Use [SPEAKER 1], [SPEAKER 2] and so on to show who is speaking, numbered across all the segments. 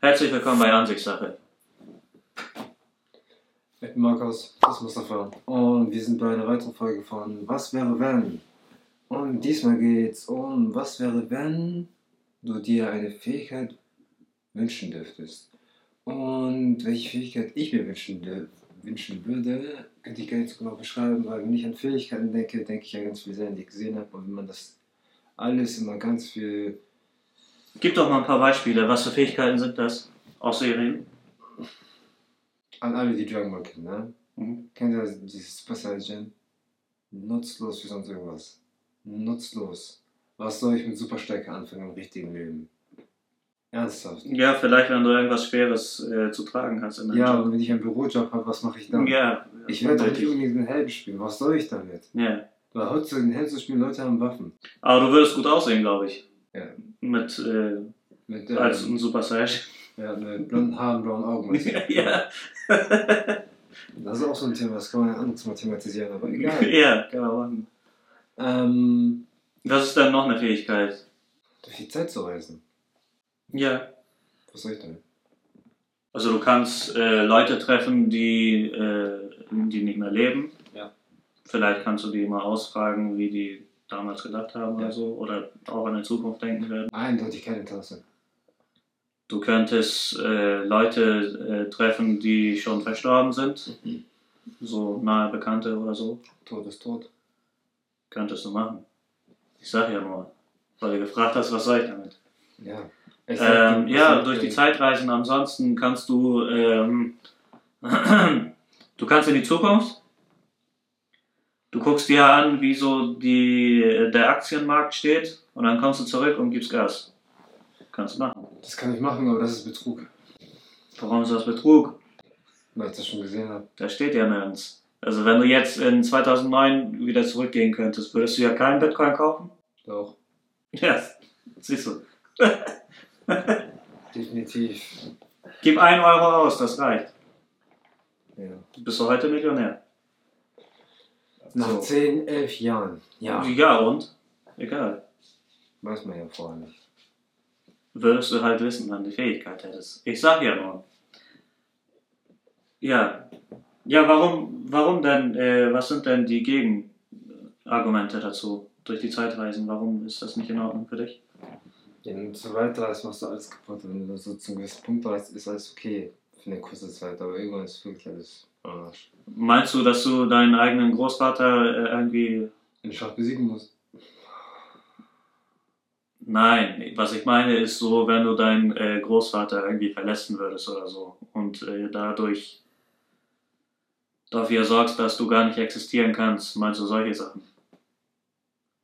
[SPEAKER 1] Herzlich willkommen bei Ansichtssache.
[SPEAKER 2] Ich bin Markus, das ist Mustafa. Und wir sind bei einer weiteren Folge von Was wäre wenn? Und diesmal geht's um Was wäre wenn du dir eine Fähigkeit wünschen dürftest? Und welche Fähigkeit ich mir wünschen, dür- wünschen würde, könnte ich gar nicht so genau beschreiben, weil wenn ich an Fähigkeiten denke, denke ich an ganz viele Sachen, die ich gesehen habe. Und wenn man das alles immer ganz viel
[SPEAKER 1] Gib doch mal ein paar Beispiele. Was für Fähigkeiten sind das? Aus Serien?
[SPEAKER 2] an alle, die Dragon Ball kennen, ne?
[SPEAKER 1] Mhm.
[SPEAKER 2] Kennt ihr dieses Passage? Nutzlos wie sonst irgendwas. Nutzlos. Was soll ich mit Superstärke anfangen im richtigen Leben? Ernsthaft.
[SPEAKER 1] Ja, vielleicht, wenn du irgendwas Schweres äh, zu tragen hast in deinem
[SPEAKER 2] Ja,
[SPEAKER 1] Job.
[SPEAKER 2] und wenn ich einen Bürojob habe, was mache ich dann?
[SPEAKER 1] Ja,
[SPEAKER 2] Ich werde doch nicht
[SPEAKER 1] eindeutig.
[SPEAKER 2] unbedingt den Helden spielen. Was soll ich damit?
[SPEAKER 1] ja.
[SPEAKER 2] Weil heutzutage den Helden zu spielen, Leute haben Waffen.
[SPEAKER 1] Aber du würdest gut aussehen, glaube ich.
[SPEAKER 2] Ja.
[SPEAKER 1] Mit, äh,
[SPEAKER 2] Mit,
[SPEAKER 1] als ein
[SPEAKER 2] ähm,
[SPEAKER 1] Super Saiyan.
[SPEAKER 2] ja, mit blonden Haaren, blauen Augen. weißt du?
[SPEAKER 1] ja.
[SPEAKER 2] Das ist auch so ein Thema, das kann man ja anderes Mal thematisieren, aber egal.
[SPEAKER 1] ja, keine Ahnung.
[SPEAKER 2] ähm,
[SPEAKER 1] Was ist dann noch eine Fähigkeit?
[SPEAKER 2] durch die Zeit zu reisen.
[SPEAKER 1] Ja.
[SPEAKER 2] Was soll ich damit?
[SPEAKER 1] Also du kannst äh, Leute treffen, die, äh, die nicht mehr leben.
[SPEAKER 2] Ja.
[SPEAKER 1] Vielleicht kannst du die mal ausfragen, wie die damals gedacht haben
[SPEAKER 2] Ja.
[SPEAKER 1] oder so. Oder auch an die Zukunft denken werden.
[SPEAKER 2] Eindeutig kein Interesse.
[SPEAKER 1] Du könntest äh, Leute äh, treffen, die schon verstorben sind.
[SPEAKER 2] Mhm.
[SPEAKER 1] So nahe Bekannte oder so.
[SPEAKER 2] Tod ist tot.
[SPEAKER 1] Könntest du machen. Ich sag ja nur, weil du gefragt hast, was soll ich damit?
[SPEAKER 2] Ja. Ich sag,
[SPEAKER 1] Ähm,
[SPEAKER 2] du-
[SPEAKER 1] ja,
[SPEAKER 2] ich-
[SPEAKER 1] durch die
[SPEAKER 2] äh,
[SPEAKER 1] Zeitreisen. Ansonsten kannst du, ähm, du kannst in die Zukunft. Du guckst dir an, wie so die, der Aktienmarkt steht und dann kommst du zurück und gibst Gas. Kannst du machen.
[SPEAKER 2] Das kann ich machen, aber das ist Betrug,
[SPEAKER 1] Warum ist das Betrug?
[SPEAKER 2] weil ich das schon gesehen habe.
[SPEAKER 1] Da steht ja nirgends. Also wenn du jetzt in 2009 wieder zurückgehen könntest, würdest du ja keinen Bitcoin kaufen?
[SPEAKER 2] Doch,
[SPEAKER 1] Ja, siehst du.
[SPEAKER 2] definitiv.
[SPEAKER 1] Gib 1 Euro aus, das reicht.
[SPEAKER 2] Ja.
[SPEAKER 1] Bist du heute Millionär.
[SPEAKER 2] Nach
[SPEAKER 1] So.
[SPEAKER 2] 10, 11 Jahren. Ja.
[SPEAKER 1] ja und? Egal.
[SPEAKER 2] Weiß man ja vorher nicht.
[SPEAKER 1] würdest du halt wissen, wann die Fähigkeit hättest. Ich sag ja nur. Ja. Ja, warum, warum denn, äh, was sind denn die Gegenargumente dazu? Durch die Zeitreisen, warum ist das nicht in Ordnung für dich?
[SPEAKER 2] Wenn du zu weit reist, machst du alles kaputt. Wenn du so zum gewissen Punkt reist, ist alles okay. Für eine kurze Zeit, aber irgendwann ist wirklich alles am Arsch.
[SPEAKER 1] Meinst du, dass du deinen eigenen Großvater äh, irgendwie.
[SPEAKER 2] Wenn du Schach besiegen musst.
[SPEAKER 1] Nein, was ich meine ist so, wenn du deinen äh, Großvater irgendwie verlassen würdest oder so und äh, dadurch dafür sorgst, dass du gar nicht existieren kannst. Meinst du solche Sachen?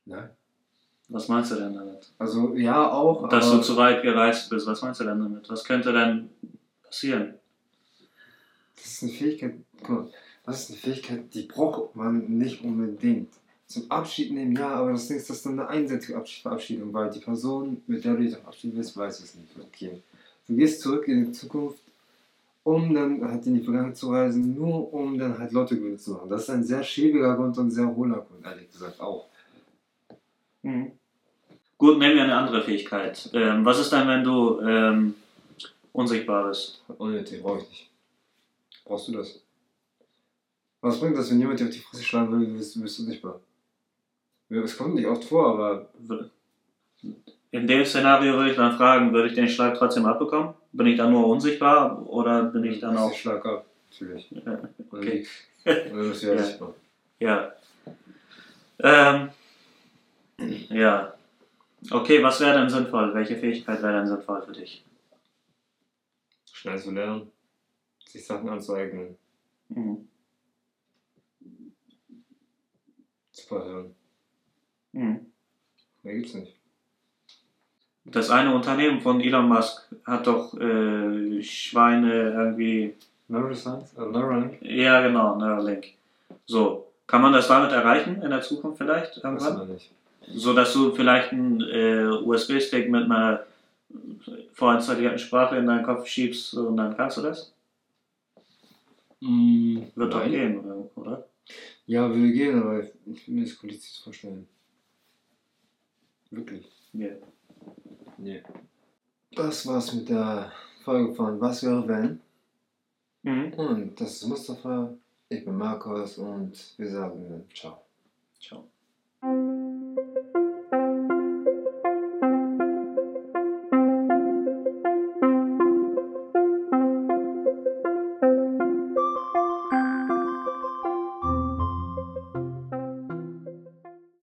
[SPEAKER 2] Nein.
[SPEAKER 1] Was meinst du denn damit?
[SPEAKER 2] Also, ja, auch,
[SPEAKER 1] Dass
[SPEAKER 2] aber
[SPEAKER 1] du zu weit gereist bist, was meinst du denn damit? Was könnte denn passieren?
[SPEAKER 2] das ist eine Fähigkeit, guck mal, das ist eine Fähigkeit, die braucht man nicht unbedingt. Zum Abschied nehmen, ja, aber das Ding ist, das ist dann eine einseitige Absch- Verabschiedung, weil die Person, mit der du dich verabschieden willst, weiß es nicht. Okay. Du gehst zurück in die Zukunft, um dann halt in die Vergangenheit zu reisen, nur um dann halt Lotto gewinnen zu machen. Das ist ein sehr schäbiger Grund und ein sehr hohler Grund, ehrlich gesagt auch.
[SPEAKER 1] Mhm. Gut, nehmen wir eine andere Fähigkeit. Ähm, was ist denn, wenn du ähm, unsichtbar bist?
[SPEAKER 2] Unnötig, brauche ich nicht. Brauchst du das? Was bringt das, wenn jemand dir auf die Fresse schlagen will, du bist, du bist unsichtbar? Ja, Es kommt nicht oft vor, aber
[SPEAKER 1] W- In dem Szenario würde ich dann fragen, würde ich den Schlag trotzdem abbekommen? Bin ich dann nur unsichtbar oder bin ich dann
[SPEAKER 2] Das
[SPEAKER 1] auch...
[SPEAKER 2] ist Schlag ab, Mhm. natürlich. Oder
[SPEAKER 1] Okay.
[SPEAKER 2] die- Oder das wäre
[SPEAKER 1] Ja.
[SPEAKER 2] sichtbar.
[SPEAKER 1] Ja. Ähm, ja. Okay, was wäre denn sinnvoll? Welche Fähigkeit wäre denn sinnvoll für dich?
[SPEAKER 2] Schnell zu lernen, sich Sachen anzueignen,
[SPEAKER 1] Mhm.
[SPEAKER 2] zu verhören.
[SPEAKER 1] Mhm.
[SPEAKER 2] Mehr gibt's nicht.
[SPEAKER 1] Das eine Unternehmen von Elon Musk hat doch äh, Schweine irgendwie.
[SPEAKER 2] Neuroscience? Äh, Neuralink?
[SPEAKER 1] Ja, genau, Neuralink. So, kann man das damit erreichen in der Zukunft vielleicht
[SPEAKER 2] Weiß
[SPEAKER 1] irgendwann?
[SPEAKER 2] man nicht.
[SPEAKER 1] So dass du vielleicht einen äh, USB-Stick mit einer vorinstallierten Sprache in deinen Kopf schiebst und dann kannst du das? Wird doch
[SPEAKER 2] Mm, Nein.
[SPEAKER 1] gehen, oder? oder?
[SPEAKER 2] Ja, würde gehen, aber ich- ich mir ist kompliziert zu vorstellen. Wirklich.
[SPEAKER 1] Ja.
[SPEAKER 2] Nee. Das war's mit der Folge von Was wäre wenn?
[SPEAKER 1] Mhm.
[SPEAKER 2] Und das ist Mustafa, ich bin Markus und wir sagen Ciao.
[SPEAKER 1] Ciao.
[SPEAKER 2] Ciao.